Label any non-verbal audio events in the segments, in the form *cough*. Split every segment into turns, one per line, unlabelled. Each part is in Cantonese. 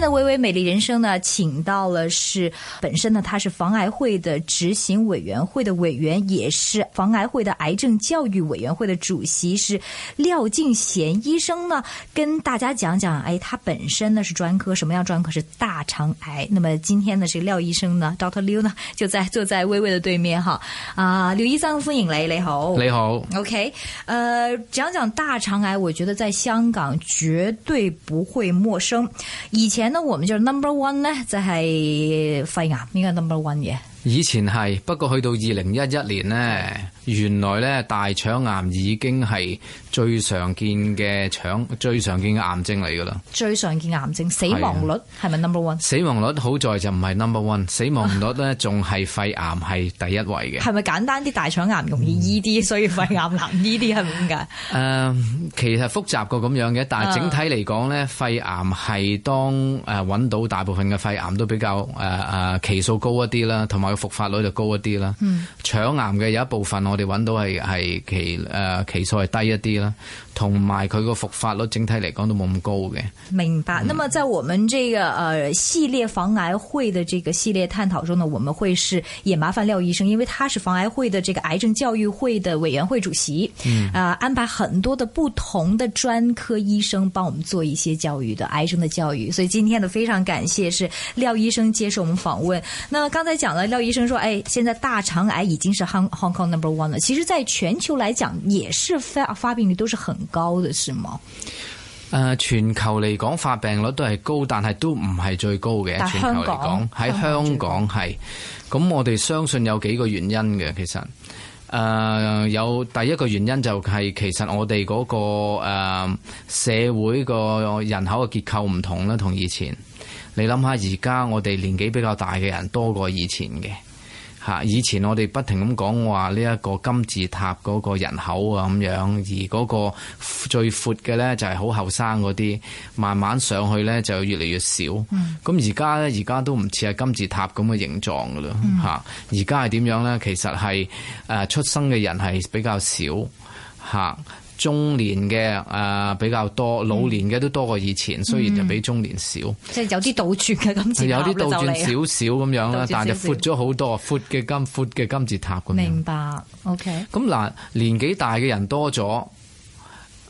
的《微微美丽人生》呢，请到了是本身呢，他是防癌会的执行委员会的委员，也是防癌会的癌症教育委员会的主席，是廖敬贤医生呢，跟大家讲讲，哎，他本身呢是专科，什么样专科是大肠癌？那么今天呢，是廖医生呢，Doctor 廖呢，就在坐在微微的对面哈，啊，廖醫生歡迎你，你好，
你好，
OK，呃，讲讲大肠癌，我觉得在香港绝对不会陌生。以前呢，我们就是 number one 呢，就係肺癌，應該 number one 嘅。
以前係，不過去到二零一一年呢，原來呢大腸癌已經係最常見嘅腸最常見嘅癌症嚟㗎啦。
最常見癌症死亡率係咪 number one？
死亡率好在就唔係 number one，死亡率呢仲係肺癌係第一位嘅。
係咪簡單啲大腸癌容易醫啲，所以肺癌難醫啲係咪咁解？
誒、呃其實複雜過咁樣嘅，但係整體嚟講咧，肺癌係當誒揾、到大部分嘅肺癌都比較誒誒、呃期數高一啲啦，同埋個復發率就高一啲啦。腸癌嘅有一部分我哋揾到係係期誒、呃期數係低一啲啦，同埋佢個復發率整體嚟講都冇咁高嘅。
明白。那么在我们这个呃系列防癌会的这个系列探讨中呢，我们会是也麻烦廖医生，因为他是防癌会的这个癌症教育会的委员会主席，嗯，啊、安排很多的不同的专科医生帮我们做一些教育的癌症的教育。所以今天呢，非常感谢是廖医生接受我们访问。那么刚才讲了，廖医生说，哎，现在大肠癌已经是 Hong Hong Kong number one 了，其实在全球来讲也是发发病率都是很高的，是吗？
誒、呃全球嚟講發病率都係高，但係都唔係最高嘅
但。係
全球嚟
香港
講，喺香港係。咁我哋相信有幾個原因嘅，其實。誒、有第一個原因就係其實我哋嗰、個、呃、社會個人口嘅結構唔同啦，同以前。你諗下，而家我哋年紀比較大嘅人多過以前嘅。嚇！以前我哋不停咁講話呢一個金字塔嗰個人口啊咁樣，而嗰個最闊嘅呢就係好後生嗰啲，慢慢上去呢就越嚟越少。咁而家呢，而家都唔似係金字塔咁嘅形狀噶啦嚇。而家係點樣呢？其實係誒、呃出生嘅人係比較少嚇。中年嘅誒、呃比較多，老年嘅都多過以前，雖然就比中年少。
即係有啲倒轉嘅今次
有啲倒轉
轉
少少咁樣
倒轉
啦，但係
少少
闊咗好多，闊嘅金闊嘅金字塔咁樣。
明白，OK，
咁嗱，年紀大嘅人多咗，誒、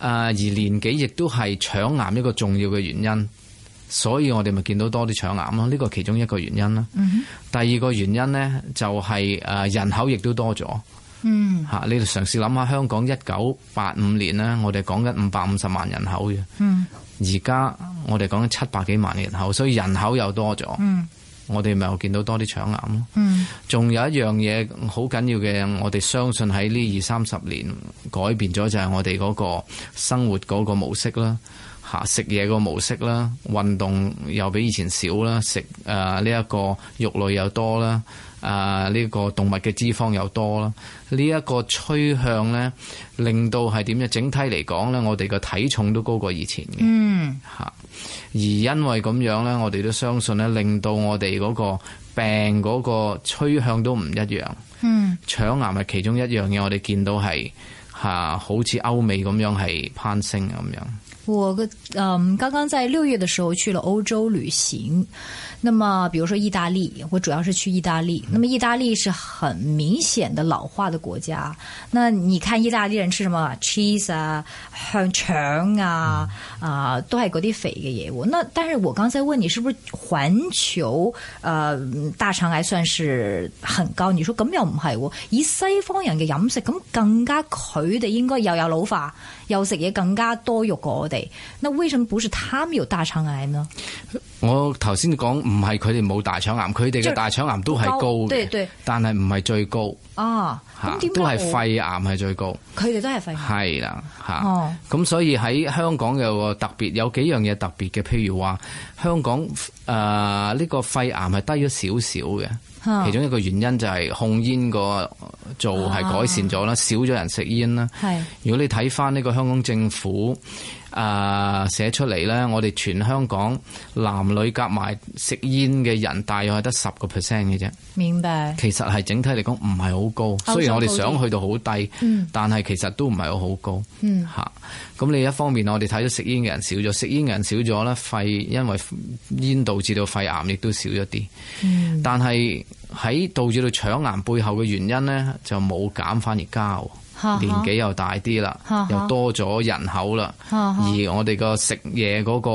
而年紀亦都係腸癌一個重要嘅原因，所以我哋咪見到多啲腸癌咯，呢個其中一個原因啦。
嗯
第二個原因呢，就係、誒人口亦都多咗。
嗯，
嚇！你哋嘗試諗下，香港一九八五年呢，我哋講緊五百五十萬人口嘅。
嗯，
而家我哋講緊七百幾萬人口，所以人口又多咗。
嗯，
我哋咪又見到多啲腸癌咯。
嗯，
仲有一樣嘢好緊要嘅，我哋相信喺呢二三十年改變咗，就係我哋嗰個生活嗰個模式啦，嚇食嘢個模式啦，運動又比以前少啦，食誒呢一個肉類又多啦，誒呢個動物嘅脂肪又多啦，呢、一個趨向呢，令到係點樣？整體嚟講呢，我哋個體重都高過以前嘅。
嗯，
嚇。而因為咁樣呢，我哋都相信呢，令到我哋嗰個病嗰個趨向都唔一樣。
嗯，
腸癌係其中一樣嘢，我哋見到係嚇、好似歐美咁樣係攀升啊咁樣。
我个嗯，刚刚在六月的时候去了欧洲旅行，那么比如说意大利，我主要是去意大利。那么意大利是很明显的老化的国家，那你看意大利人吃什么 cheese 啊、香肠啊啊、都系嗰啲肥嘅嘢喎。那但是我刚才问你，是不是环球呃大腸癌算是很高？你說咁又唔係喎，以西方人嘅飲食咁更加佢哋應該又有老化，又食嘢更加多肉過我哋。那為什麼不是他們有大腸癌呢？
我頭先講唔係佢哋冇大腸癌，佢哋
即
嘅
係
大腸癌都係
高
高
對
嘅，
對
但係唔係最高
啊，
嚇、
咁點解
都係
我
肺癌係最高。
佢哋都係肺癌？
係啦，嚇、
哦
咁所以喺香港有個特別，有幾樣嘢特別嘅，譬如話香港誒呢、個肺癌係低咗少少嘅，
啊
其中一個原因就係控煙個做係改善咗啦，少咗人食煙啦。
啊係
如果你睇翻呢個香港政府啊、寫出嚟呢，我哋全香港男女夾埋食煙嘅人，大約係得十個 percent 嘅啫。
明白。
其實係整體嚟講唔係
歐
好
洲
高，雖然我哋
高啲
想去到好低，
嗯
但係其實都唔係好高
嗯
嚇。咁、你一方面我哋睇到食煙嘅人少咗，食煙嘅人少咗咧，肺因為煙導致到肺癌亦都少咗啲。
嗯
但係喺導致到腸癌背後嘅原因呢，就冇減反而加喎。
哈哈
年紀又大啲啦
哈，哈
又多咗人口啦，
哈哈
而我哋個食嘢嗰個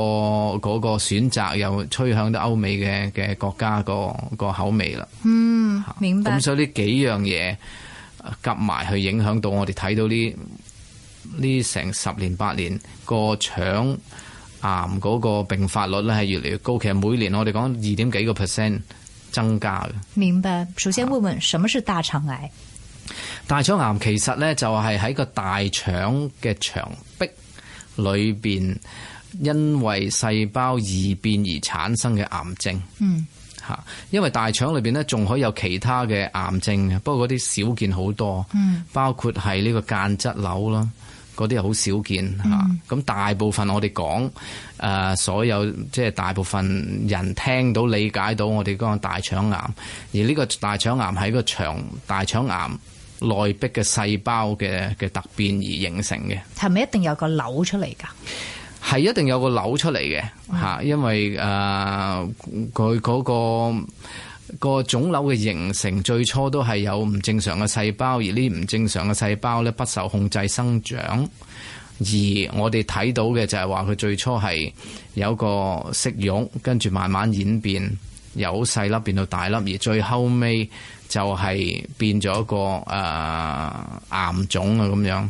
嗰個選擇又趨向到歐美嘅嘅國家個個口味啦。
嗯，明白
咁。所以呢幾樣嘢呃夾埋去影響到我哋睇到呢呢成十年八年個腸癌嗰個病發率咧係越嚟越高，其實每年我哋講二點幾個 percent 增加嘅。
明白。首先问问什么是大肠癌？
大腸癌其實咧就係喺個大腸嘅牆壁裏邊，因為細胞異變而產生嘅癌症。
嗯
嚇，因為大腸裏邊咧仲可以有其他嘅癌症嘅，不過嗰啲少見好多，
嗯
包括係呢個間質瘤啦，嗰啲係好少見嚇。咁、大部分我哋講誒所有即係大部分人聽到理解到我哋講嘅大腸癌，而呢個大腸癌喺個腸大腸癌內壁嘅細胞嘅嘅突變而形成嘅。
系咪一定有个瘤出嚟噶？
係一定有個瘤出嚟嘅嚇，因為誒佢嗰個個腫瘤嘅形成最初都係有唔正常嘅細胞，而呢唔正常嘅細胞咧不受控制生長，而我哋睇到嘅就係話佢最初係有個息肉，跟住慢慢演變。由細粒變到大粒，而最後尾就係變咗一個誒、呃癌腫啊咁樣。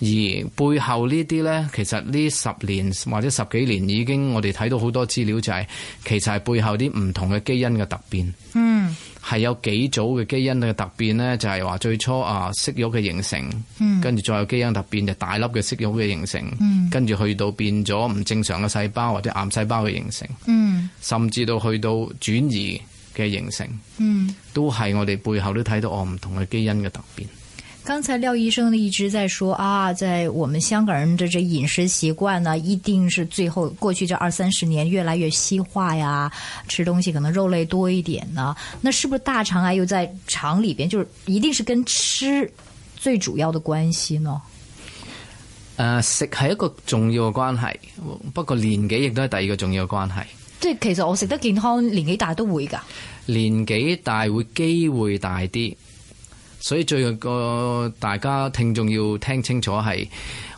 而背後呢啲呢，其實呢十年或者十幾年已經我哋睇到好多資料、就係其實係背後啲唔同嘅基因嘅突變。
嗯
係有幾組嘅基因嘅突變呢，就係話最初啊息肉嘅形成，
嗯
跟住再有基因突變就大粒嘅息肉嘅形成
嗯，
跟住去到變咗唔正常嘅細胞或者癌細胞嘅形成，
嗯
甚至到去到轉移嘅形成，
嗯。
都係我哋背後都睇到我哦唔同嘅基因嘅突變。
刚才廖医生呢一直在说啊，在我们香港人的这饮食习惯呢，一定是最后过去这二三十年越来越西化呀，吃东西可能肉类多一点呢。那是不是大肠癌又在肠里边，就是一定是跟吃最主要的关系呢？
誒、呃食係一個重要嘅關係，不過年紀亦都係第二個重要嘅關係。
即係其實我食得健康，年紀大都會㗎。
年紀大會機會大啲，所以最個大家聽眾要聽清楚係，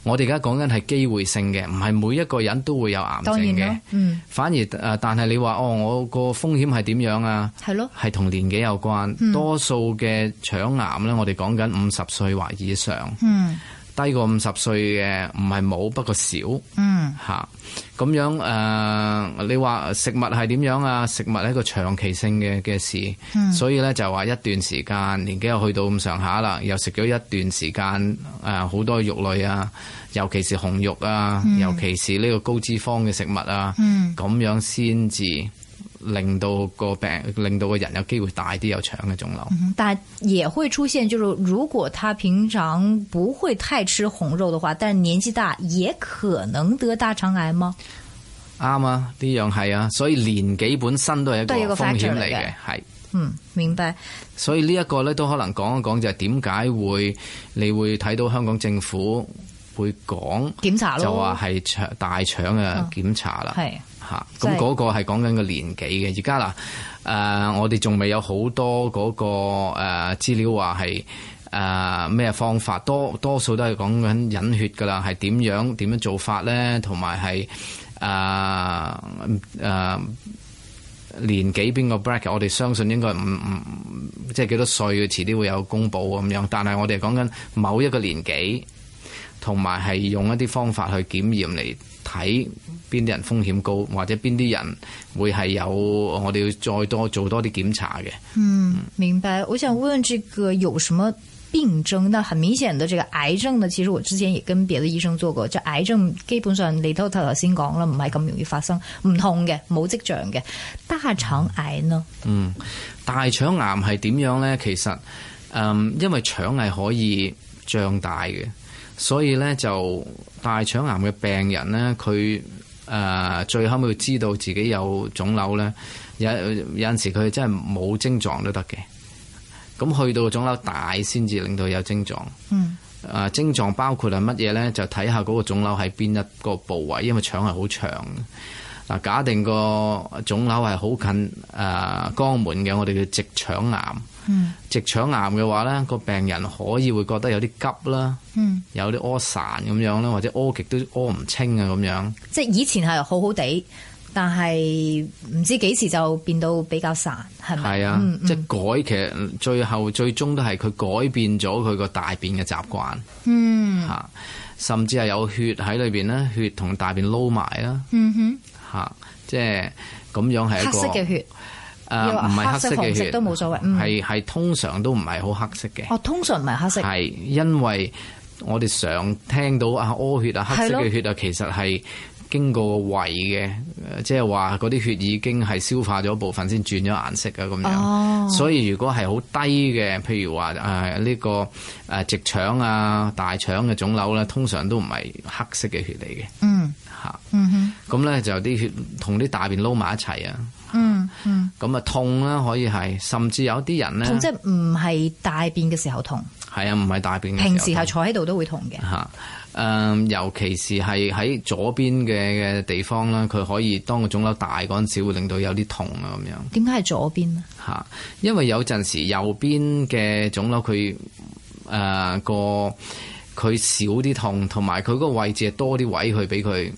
我哋而家講緊係機會性嘅，唔係每一個人都會有癌症
當然
嘅
啦。，嗯，
反而誒、呃但係你話哦，我個風險係點樣啊？
係咯，嗯
係同年紀有關，多數嘅腸癌呢，我哋講緊五十歲或以上，
嗯
低過五十歲嘅唔係冇，不過少。
嗯
嚇。咁樣誒、呃你話食物係點樣啊？食物係一個長期性嘅嘅事，
嗯
所以咧就話一段時間年紀又去到咁上下啦，又食咗一段時間誒好多肉類啊，尤其是紅肉啊，尤其是呢個高脂肪嘅食物啊，咁、
嗯
樣先至令到個病，令到個人有機會大啲有腸嘅腫瘤。
嗯，但也會出現，就是如果他平常不會太吃紅肉的話，但是年紀大也可能得大腸癌嗎？
啱啊，呢樣係啊，所以年紀本身都係
都係
一
一
個
個
風
factor
險
嚟
嚟嘅
嘅，
係。
嗯，明白。
所以呢一個咧都可能講一講，就係點解會你會睇到香港政府會講
檢查咯，
就話係腸大腸嘅檢查啦。
係
嚇，
即係
咁嗰個係講緊個年紀嘅。而家嗱，誒、我哋仲未有好多嗰、個誒、呃、資料話係誒咩方法，多多數都係講緊隱血㗎啦，係點樣點樣做法咧，同埋係誒誒。年紀邊個 bracket，我哋相信應該唔唔即係幾多歲，遲啲會有公佈咁樣。但係我哋講緊某一個年紀，同埋係用一啲方法去檢驗嚟睇邊啲人風險高，或者邊啲人會係有我哋要再多做多啲檢查嘅。
嗯，明白。我想問，這個有什麼病症，那很明顯的，這個癌症呢，其實我之前也跟別的醫生做過，即癌症基本上你都頭先講啦，唔係咁容易發生，唔痛嘅，冇跡象嘅。大腸癌呢？
嗯，大腸癌係點樣呢？其實，嗯，因為腸係可以脹大嘅，所以呢，就大腸癌嘅病人呢，佢誒、呃、最後尾知道自己有腫瘤呢，有有陣時佢真係冇症狀都得嘅。咁去到腫瘤大先至令到有症狀。
嗯。
啊，症狀包括係乜嘢呢？就睇下嗰個腫瘤喺邊一個部位，因為腸係好長嘅。嗱，假定個腫瘤係好近誒肛門嘅，我哋叫直腸癌。
嗯。
直腸癌嘅話呢，個病人可以會覺得有啲急啦，
嗯，
有啲屙散咁樣啦，或者屙極都屙唔清啊咁樣。
即係以前係好好地，但係唔知幾時就變到比較散，係咪？
係啊，
嗯
即係改其實最後最終都係佢改變咗佢個大便嘅習慣。
嗯
嚇，甚至係有血喺裏邊咧，血同大便撈埋啦，
嗯哼，
嚇，即係咁樣係
黑
一個
色嘅血，
誒啊唔係黑色
黑色
嘅
紅
血
色都冇所謂嗯
係係通常都唔係好黑色嘅，
哦，通常唔係黑色，
係因為我哋常聽到啊屙血啊黑色嘅血啊，其實係。經過個胃嘅，誒即係話嗰啲血已經係消化咗部分先轉咗顏色啊咁樣，
哦
所以如果係好低嘅，譬如話誒呢個誒、呃直腸啊、大腸嘅腫瘤咧，通常都唔係黑色嘅血嚟嘅
嗯
嚇，
嗯哼，
咁咧、就啲血同啲大便撈埋一齊啊，
嗯嗯，
咁啊痛啦可以係，甚至有啲人咧
痛即係唔係大便嘅時候痛，
係嗯啊唔係大便嘅
平時
候
係
痛
坐喺度都會痛嘅，
嚇。誒、尤其是係喺左邊嘅嘅地方啦，佢可以當個腫瘤大嗰陣時，會令到有啲痛啊咁樣。
點解係左邊呢？
嚇，因為有陣時右邊嘅腫瘤佢誒個佢少啲痛，同埋佢個位置係多啲位去俾佢誒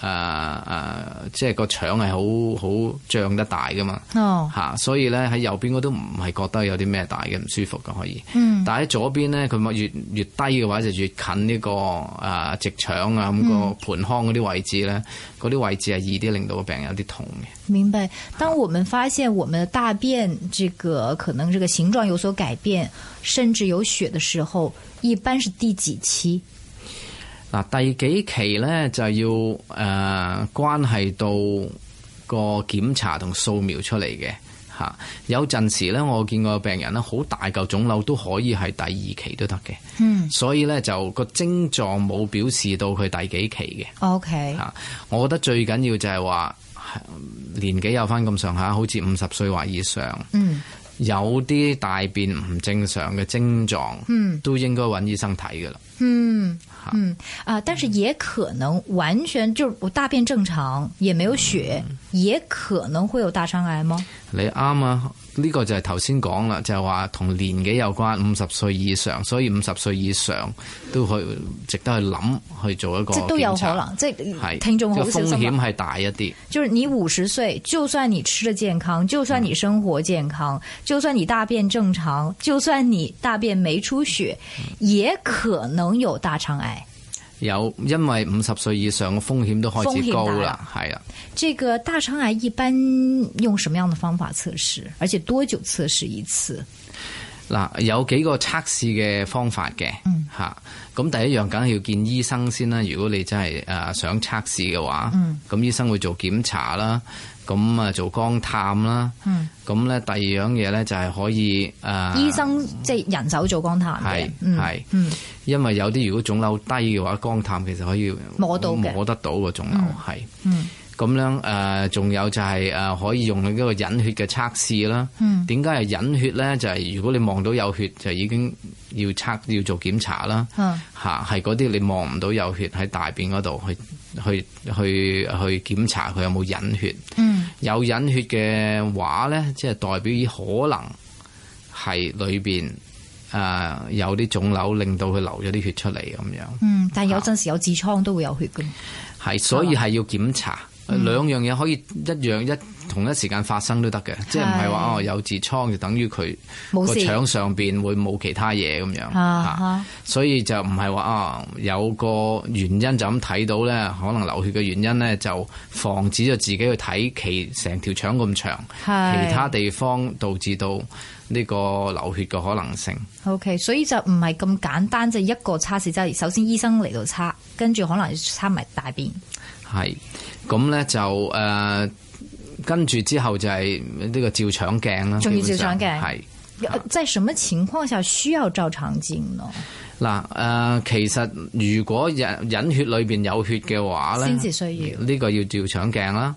誒，即係個腸係好好脹得大噶嘛。
哦，
嚇、所以咧喺右邊嗰都唔係覺得有啲咩大嘅唔舒服嘅可以，
嗯
但係喺左邊咧佢越越低嘅話就越近呢、個啊直腸啊咁、
嗯
個盆腔嗰啲位置咧，嗰啲位置係啊易啲令到個病人有啲痛嘅。
明白。當我們發現我們的大便這個可能這個形狀有所改變，甚至有血的時候，一般是第幾期？
嗱，第幾期咧就要誒、呃、關係到個檢查同掃描出嚟嘅嚇。有陣時咧，我見過病人咧，好大嚿腫瘤都可以係第二期都得嘅。
嗯
所以咧就個症狀冇表示到佢第幾期
哦，OK，
嘅嚇。啊我覺得最緊要就係話年紀有翻咁上下，好似五十歲或以上，
嗯
有啲大便唔正常嘅症狀，
嗯
都應該揾醫生睇㗎啦。
嗯嗯啊，但是也可能完全就是我大便正常，也沒有血，也可能會有大腸癌嗎？
你啱啊！呢、個就係頭先講啦，就係話同年紀有關，五十歲以上，所以五十歲以上都去值得去諗去做一個
即都有
檢
可
查，
能，即
係
聽眾好
個
小
風
心
險
啊。
係大一啲，
就是你五十歲，就算你吃的健康，就算你生活健康，就算你大便正常，就算你大便沒出血，也可能有大腸癌。
有因為五十歲以上嘅風險都開
風險
始
大
高
啦
啦，係啊，
這個大腸癌一般用什麼樣的方法測試？而且多久測試一次？
嗱有幾個測試嘅方法嘅
嗯
嚇，咁、第一樣梗係要見醫生先啦。如果你真係誒、呃想測試嘅話，
嗯
咁、醫生會做檢查啦，咁啊做光探啦。
嗯，
咁咧，第二樣嘢咧就係可以誒，呃
醫生即係人手做光探嘅
係，
嗯
係
嗯
因為有啲如果腫瘤低嘅話，光探其實可以
摸到嘅
摸得到個腫瘤係。
嗯
咁樣誒，仲、有就係、呃可以用呢個隱血嘅測試啦。
嗯
點解係隱血咧？就係、如果你望到有血，就已經要測要做檢查啦。
嗯
嚇係嗰啲你望唔到有血喺大便嗰度，去去去去檢查佢有冇隱血。
嗯
有隱血嘅話呢，即係代表可能係裏邊誒有啲腫瘤，令到佢流咗啲血出嚟咁樣。
嗯，但係
啊
有陣時有痔瘡都會有血㗎嘛。
係，所
啊
以係要檢查。
嗯
兩樣嘢可以一樣一同一時間發生都得嘅，即係唔係話
係
哦有痔瘡就等於佢
冇
個
事
腸上邊會冇其他嘢咁樣
啊
嚇
哈
所以就唔係話啊有個原因就咁睇到呢，可能流血嘅原因呢，就防止咗自己去睇其成條腸咁長，
係
其他地方導致到呢個流血嘅可能性。
OK，所以就唔係咁簡單，就一個測試，就係首先醫生嚟到測，跟住可能測埋大便。
係咁咧就誒、呃跟住之後就係呢個照腸鏡啦，
仲要
基本
照腸
上
鏡
係。
在什麼情況下需要照腸鏡呢？
嗱，誒、呃其實如果隱隱血裏邊有血嘅話咧，
先至需要
呢個要照腸鏡啦。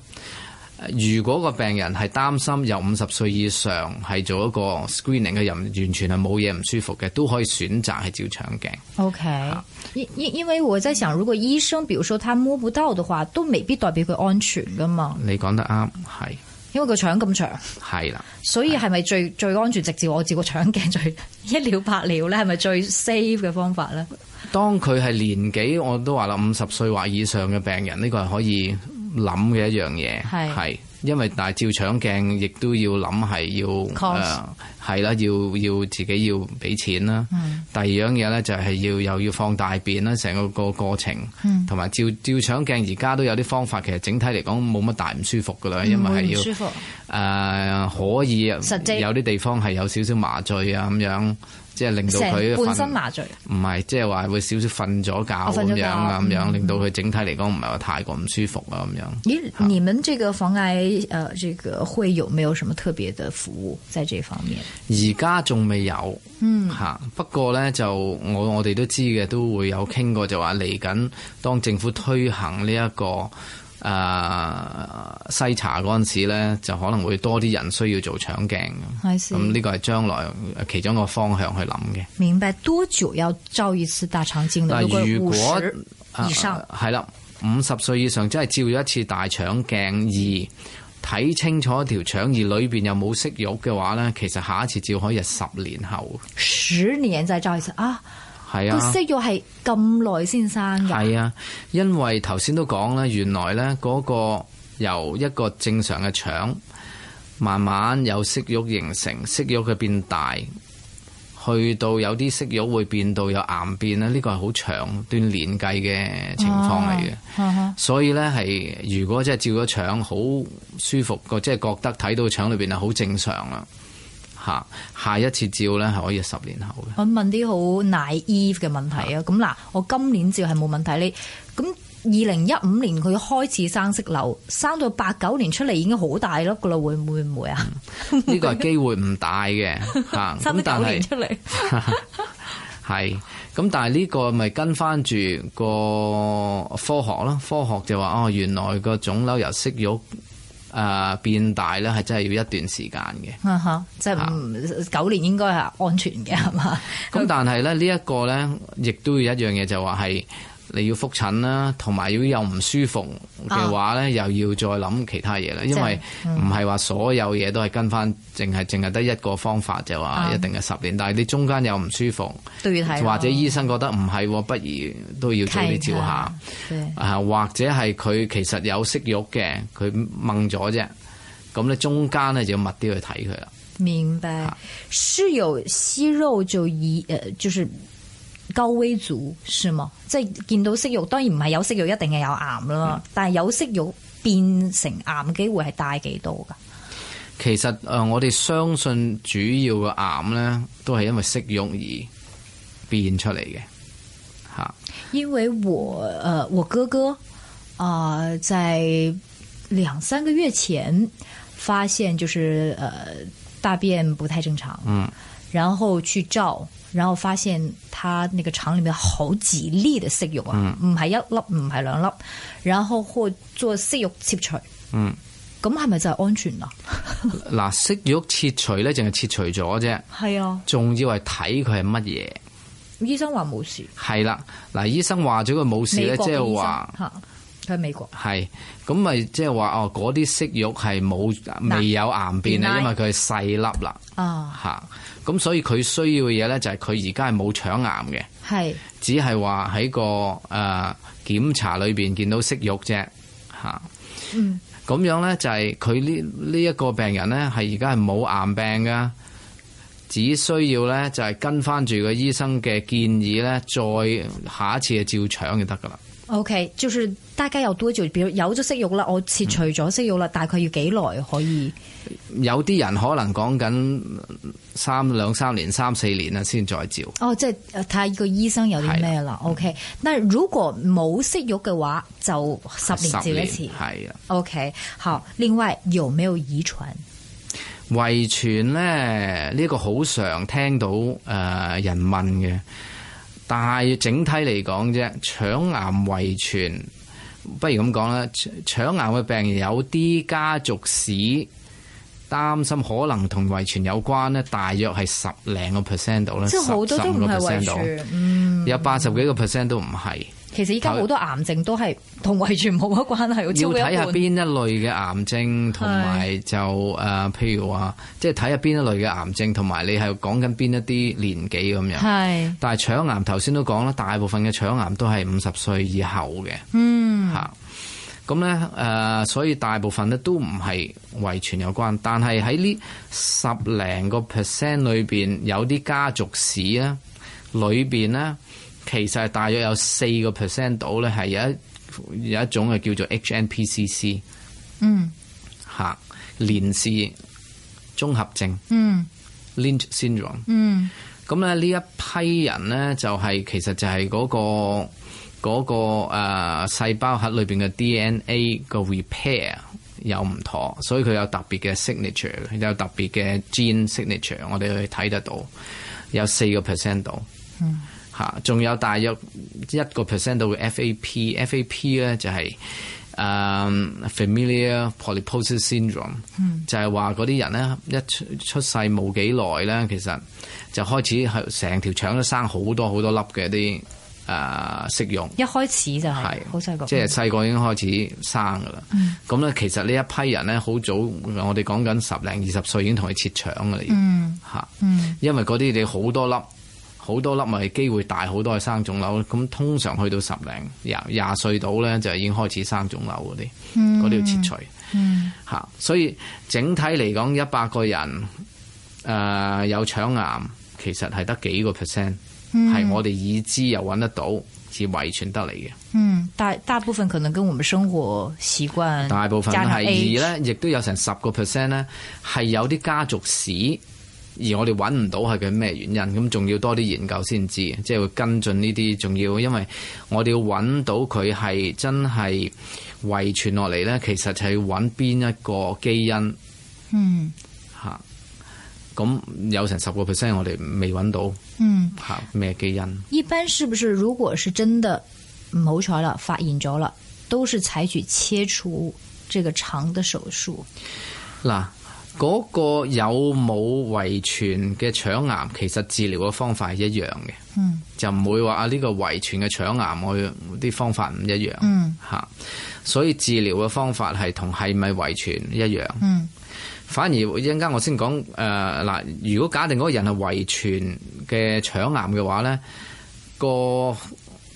如果個病人係擔心有五十歲以上係做一個 screening 嘅人，完全係冇嘢唔舒服嘅，都可以選擇係照腸鏡。
OK，因
啊
因因為我在想，如果醫生，比如說他摸不到的話，都未必代表佢安全噶嘛，
你講得啱，係
因為個腸咁長，
係啦。
所以係咪最最安全直接我照個腸鏡最 *laughs* 一了百了咧？係咪最 safe 嘅方法咧？
當佢係年紀，我都話啦，五十歲或以上嘅病人，呢、個係可以諗嘅一樣嘢，
係
係因為但係照腸鏡亦都要諗係要
Cost
呃係啦、要要自己要俾錢啦。
嗯
第二樣嘢呢，就係要又要放大便啦，成個個過程，
嗯
同埋、照照腸鏡而家都有啲方法，其實整體嚟講冇乜大唔舒服噶啦，因哎為係
唔
要
嗯舒。服。
誒、可以有
實際
啲地方係有少少麻醉啊咁樣，即係令到佢
成半
瞓
身麻醉，
唔係，即係話會少少瞓咗覺
瞓咗
咁
覺
樣啊，咁樣
嗯
令到佢整體嚟講唔係話太過唔舒服啊咁樣。
咦？你們這個防癌呃，這個會有沒有什麼特別的服務在這方面？
而家仲未有，嗯嚇。不過呢，就我我哋都知嘅，都會有傾過就話嚟緊，當政府推行呢、一個誒、呃篩查嗰陣時咧，就可能會多啲人需要做腸鏡咁。
I
咁呢個係將來呃其中一個方向去諗嘅。
明白多久要照一次大腸鏡呢？
嗱
如果
如
五
果
十以上
啊，係啦，五十歲以上真係照咗一次大腸鏡而睇清楚條腸而裏邊又冇息肉嘅話呢，其實下一次照可以係十年後，
十年再照一次啊？
係
個
啊。
息肉係咁耐先生㗎，
係啊，因為頭先都講啦，原來呢嗰個由一個正常嘅腸，慢慢有息肉形成，息肉嘅變大，去到有啲息肉會變到有癌變啦，呢個係好長段年計嘅情況嚟嘅。
啊
所以呢，係如果即係照咗腸好舒服個，即係覺得睇到腸裏邊係好正常啦。
*laughs*
嚇，下一次照呢，係可以十年後嘅。
我問啲好 naive 嘅問題啊！咁嗱，我今年照係冇問題，你咁二零一五年佢開始生息瘤，生到八九年出嚟已經好大粒噶啦，會唔會唔會啊？ *laughs*
呢個係機會唔大嘅嚇。
生到
咁但
九年
係
出嚟，
係咁，但係呢個咪跟翻住個科學啦。科學就話哦，原來個腫瘤由息肉誒變大呢，係真係要一段時間嘅。
啊哈即係
啊
唔九年應該係安全嘅係嘛？
咁但係咧呢一個呢，亦都要一樣嘢就話係你要覆診啦，同埋要有唔舒服
啊
嘅話呢，又要再諗其他嘢啦。因為
嗯
唔係話所有嘢都係跟翻，淨係淨係得一個方法就話一定係十年，但係你中間有唔舒服，
都啊要睇咯
嗯或者醫生覺得唔係喎，不如都要做
看一
啲照下。
對
啊，或者係佢其實有息肉嘅，佢掹咗啫。咁咧中間咧就要密啲去睇佢啦。
明白，
啊
是有息肉就以誒、呃就是高危族是嗎？即係見到息肉，當然唔係有息肉一定係有癌
嗯
啦，但係有息肉變成癌嘅機會係大幾多㗎？
其實誒、呃我哋相信主要嘅癌咧，都係因為息肉而變出嚟嘅嚇。
因為我呃我哥哥啊、呃在兩三個月前發現就是呃大便不太正常，嗯，然後去照，然後發現他那個腸裏面好幾粒的息肉啊，
嗯
唔係、一粒唔係兩粒，然後或做息肉切除，
嗯，
咁係咪就係安全啊？
嗱，息肉切除咧，淨係切除咗啫，
係啊，
仲要係睇佢係乜嘢。
醫生話冇事，
係啦，嗱，醫生話咗佢冇事
美
咧，
國
即
嘅醫生
係話。
嚇，佢喺美國，
係，咁咪即係話哦，嗰啲息肉係冇未有癌變
嗱
啊，因為佢係細粒啦，
啊
嚇、咁所以佢需要嘅嘢咧就係佢而家係冇腸癌嘅，
係
只係話喺個誒、呃、檢查裏邊見到息肉啫，嚇、
嗯
咁樣咧就係佢呢呢一個病人咧係而家係冇癌病噶，只需要咧就係跟翻住個醫生嘅建議咧，再下一次嘅照腸就得噶啦。
OK，就是大概有多久？比如有咗息肉啦，
嗯
我切除咗息肉啦，大概要幾耐可以？
有啲人可能講緊三兩三年、三四年啊，先再照。
哦，即係睇下個醫生有啲咩
嗯
啦。OK，那如果冇息肉嘅話，就十年照一次。
係啊，
OK，好。另外有沒有遺傳？
遺傳咧呢、呢個好常聽到誒、呃人問嘅，但係整體嚟講啫，腸癌遺傳不如咁講啦，腸腸癌嘅病人有啲家族史擔心可能同遺傳有關咧，大約係十零個 percent 度啦，
即係好多都唔係遺
10-15%到
傳。嗯，
有八十幾個 percent 都唔係。
其實依家好多癌症都係同遺傳冇乜關係，
*laughs* 要
超過
睇
一
下
半。
邊一類嘅癌症，同埋就誒、呃譬如話，即係睇下邊一類嘅癌症，同埋你係講緊邊一啲年紀咁樣。
係
但係腸癌頭先都講啦，大部分嘅腸癌都係五十歲以後嘅。嗯，嚇、咁咧誒，所以大部分咧都唔係遺傳有關，但係喺呢十零個 percent 裏邊有啲家族史咧，裏邊咧其實係大約有四個 percent 到咧係有一有一種係叫做 HNPCC，
嗯
嚇連氏綜合症
嗯
（Lynch syndrome）。
嗯
咁咧呢一批人咧就係、其實就係嗰、個嗰、個誒、呃、細胞核裏邊嘅 DNA 個 repair 有唔妥，所以佢有特別嘅 signature，有特別嘅 gene signature，我哋去睇得到有四個 percent 度。嚇，仲有大約一個 percent 到嘅 FAP，FAP 咧就係、誒 familiar polyposis syndrome，、就係話嗰啲人咧一出出世冇幾耐咧，其實就開始係成條腸都生好多好多粒嘅啲誒息肉。
一開始就係
係
好細個，嗯
即係細個已經開始生噶啦。咁咧、其實呢一批人咧，好早我哋講緊十零二十歲已經同佢切腸噶啦，
嗯
嚇、
嗯
因為嗰啲你好多粒，好多粒咪機會大好多係生腫瘤。咁通常去到十零廿廿歲到咧，就已經開始生腫瘤嗰啲，嗰啲要切除。
嗯
嚇、所以整體嚟講，一百個人誒、呃有腸癌，其實係得幾個 percent 係我哋已知又揾得到，至遺傳得嚟嘅。
嗯，大大部分可能跟我們生活習慣，
大部分
加上
係
age
二咧，亦都有成十個 percent 咧，係有啲家族史，而我哋揾唔到係佢咩原因，咁仲要多啲研究先知，即係會跟進呢啲，仲要因為我哋要揾到佢係真係遺傳落嚟咧，其實就係要揾邊一個基因
嗯
嚇，咁有成十個 percent 我哋未揾到
嗯。
嚇咩基因。
一般是不是如果是真的唔好彩啦，發現咗啦，都是採取切除這個腸的手術。
嗱，嗰個有冇遺傳嘅腸癌，其實治療嘅方法係一樣嘅，
嗯
就唔會話啊呢個遺傳嘅腸癌，我啲方法唔一樣嚇、
嗯
所以治療嘅方法係同係咪遺傳一樣。
嗯
反而一陣間我先講誒嗱，如果假定嗰個人係遺傳嘅腸癌嘅話咧，個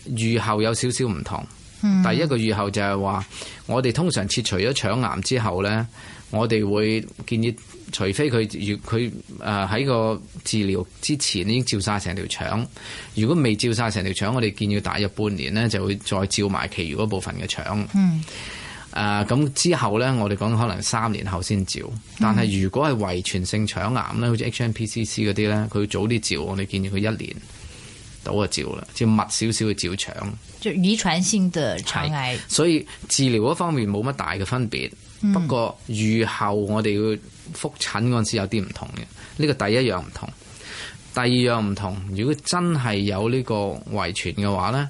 預後有少少唔同。
嗯
第一個預後就係話，我哋通常切除咗腸癌之後咧，我哋會建議，除非佢如佢誒喺個治療之前已經照晒成條腸，如果未照晒成條腸，我哋建議大約半年咧就會再照埋其餘嗰部分嘅腸。
嗯
誒咁、之後咧，我哋講可能三年後先照，
嗯
但係如果係遺傳性腸癌咧，好似 HNPCC 嗰啲咧，佢要早啲照，我哋建議佢一年到就照啦，即係密少少去照腸。
就遺傳性的腸癌。
所以治療嗰方面冇乜大嘅分別，不過預後我哋要復診嗰陣時有啲唔同嘅，呢個第一樣唔同。第二樣唔同，如果真係有呢個遺傳嘅話呢，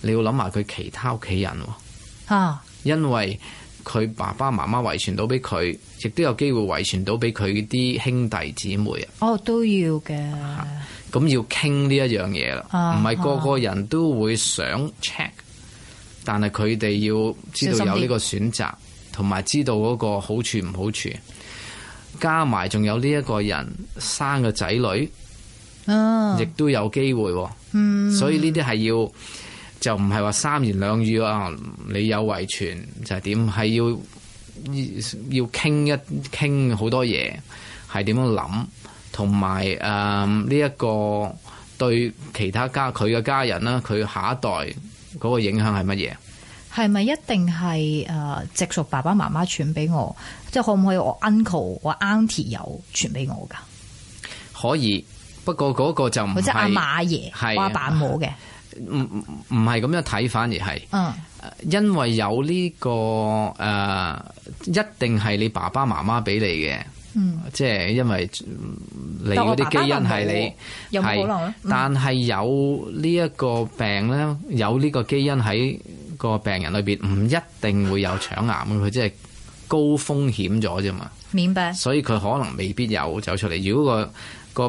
你要諗埋佢其他屋企人喎。
啊，
因為佢爸爸媽媽遺傳到俾佢，亦都有機會遺傳到俾佢啲兄弟姊妹啊。
哦都要嘅，
咁要傾呢一樣嘢啦，
啊
唔係個個人都會想 check，但係佢哋要知道有呢個選擇，同埋知道嗰個好處唔好處。加埋仲有呢一個人生個仔女，
嗯
亦都有機會喎。
嗯
所以呢啲係要就唔係話三言兩語啊，你有遺傳就係點，係要要傾一傾好多嘢，係點樣諗，同埋嗯誒呢一個對其他家佢嘅家人啦，佢下一代嗰個影響係乜嘢？
係咪一定係誒、呃直屬爸爸媽媽傳俾我？即係可唔可以我 uncle 我 auntie 有傳俾我㗎？
可以，不過嗰個就唔
或者阿嫲
係
阿爺
係
我阿爸阿母嘅？
唔唔唔係咁樣睇，反而係
嗯
因為有呢、個誒、呃一定係你爸爸媽媽俾你嘅。
嗯，
即係因為嗯你
但我
嗰
爸
啲
爸
基因
咪
係
冇
你
有冇可能
係
咧，？嗯
但係有呢一個病咧，有呢個基因喺個病人裏邊，唔一定會有腸癌嘅，佢 *laughs* 即係高風險咗啫嘛。
明白。
所以佢可能未必有走出嚟。如果個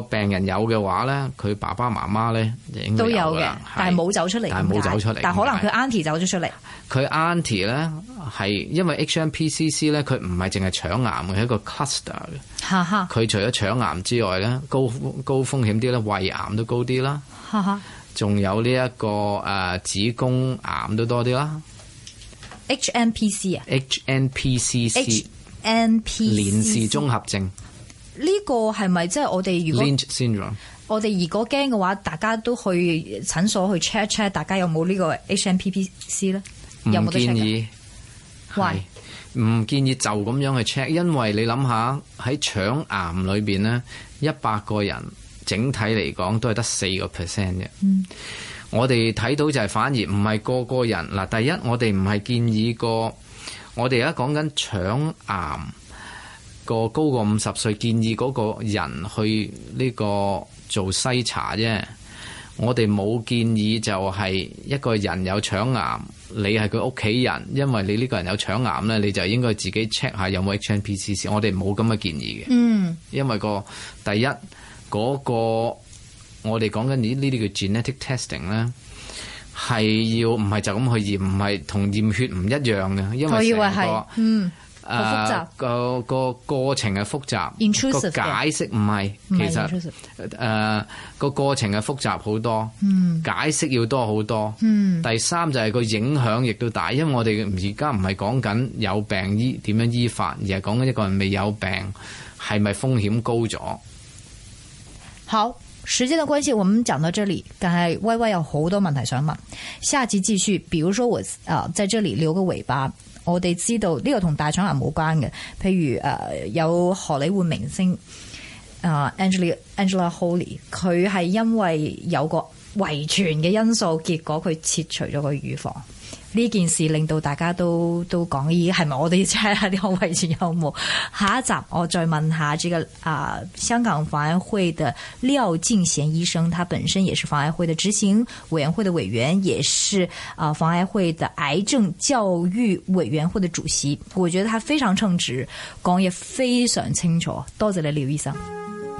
個病人有嘅話咧，佢爸爸媽媽咧就應該
都有
有㗎
嘅
啦，
但係冇走出嚟，
但係冇
點解
走出嚟
但可能
點解
佢 auntie 走咗出嚟，
佢 auntie 咧係因為 HMPCC 咧，佢唔係淨係腸癌嘅，係一個 cluster 嘅。
哈哈
佢除咗腸癌之外咧，高高風險啲咧，胃癌都高啲啦，
哈哈。
仲有呢、一個誒、呃子宮癌都多啲啦
HNPC 啊 E
，HNPCC
，HNPC
連氏綜合症
哦呢個係咪即係我哋如果
（Lynch syndrome）。
我哋如果驚嘅話，大家都去診所去 check check，大家有冇呢個 HNPC 咧？有
唔
冇得 check？
建
㗎啊
議，係
Why？
唔建議就咁樣去 check，因為你諗下喺腸癌裏邊呢，一百個人整體嚟講都係得四個 percent 嘅。我哋睇到就係反而唔係個個人嗱，第一我哋唔係建議個，我哋而家講緊腸癌個高過五十歲，建議嗰個人去呢個做篩查啫。我哋冇建議就係一個人有腸癌，你係佢屋企人，因為你呢個人有腸癌呢，你就應該自己 check 下有冇 HNPCC。我哋冇咁嘅建議嘅，
嗯，
因為個第一嗰、個我哋講緊呢呢啲叫 genetic testing 呢，係要唔係就咁去驗，唔係同驗血唔一樣嘅，因
我
為
哦以為
成個
係嗯
誒
好複雜
啊個個過程係複雜
Intrusive
個
嘅
解釋唔係
唔
其
係
實。
intrusive
誒、個過程係複雜好多，
嗯
解釋要多好多。第三就係個影響亦都大，因為我哋而家唔係講緊有病醫點樣醫法，而係講緊一個人未有病係咪風險高咗。
好，時間的關係，我們講到這裡。但係威威有好多問題想問，下集繼續。比如說我啊、在這裡留個尾巴。我哋知道呢、個同大腸癌冇關嘅，譬如誒、呃有荷里活明星啊、Angela Angela Holy，佢係因為有個遺傳嘅因素，結果佢切除咗個乳房。呢件事令到大家都都講，咦，係咪我哋真係呢個位置有冇？ *laughs* 下一集我再問下這個啊、香港防癌會的廖敬賢醫生，他本身也是防癌會的執行委員會的委員，也是啊、防癌會的癌症教育委員會的主席。我覺得他非常稱職，講嘢非常清楚。多謝你廖醫生。